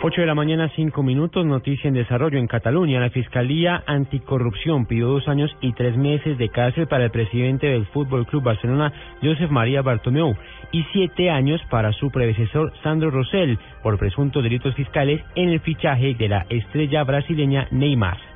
8 de la mañana, 5 minutos, noticia en desarrollo en Cataluña. La Fiscalía Anticorrupción pidió dos años y tres meses de cárcel para el presidente del Fútbol Club Barcelona, Josep María Bartomeu, y siete años para su predecesor, Sandro Rosell, por presuntos delitos fiscales en el fichaje de la estrella brasileña Neymar.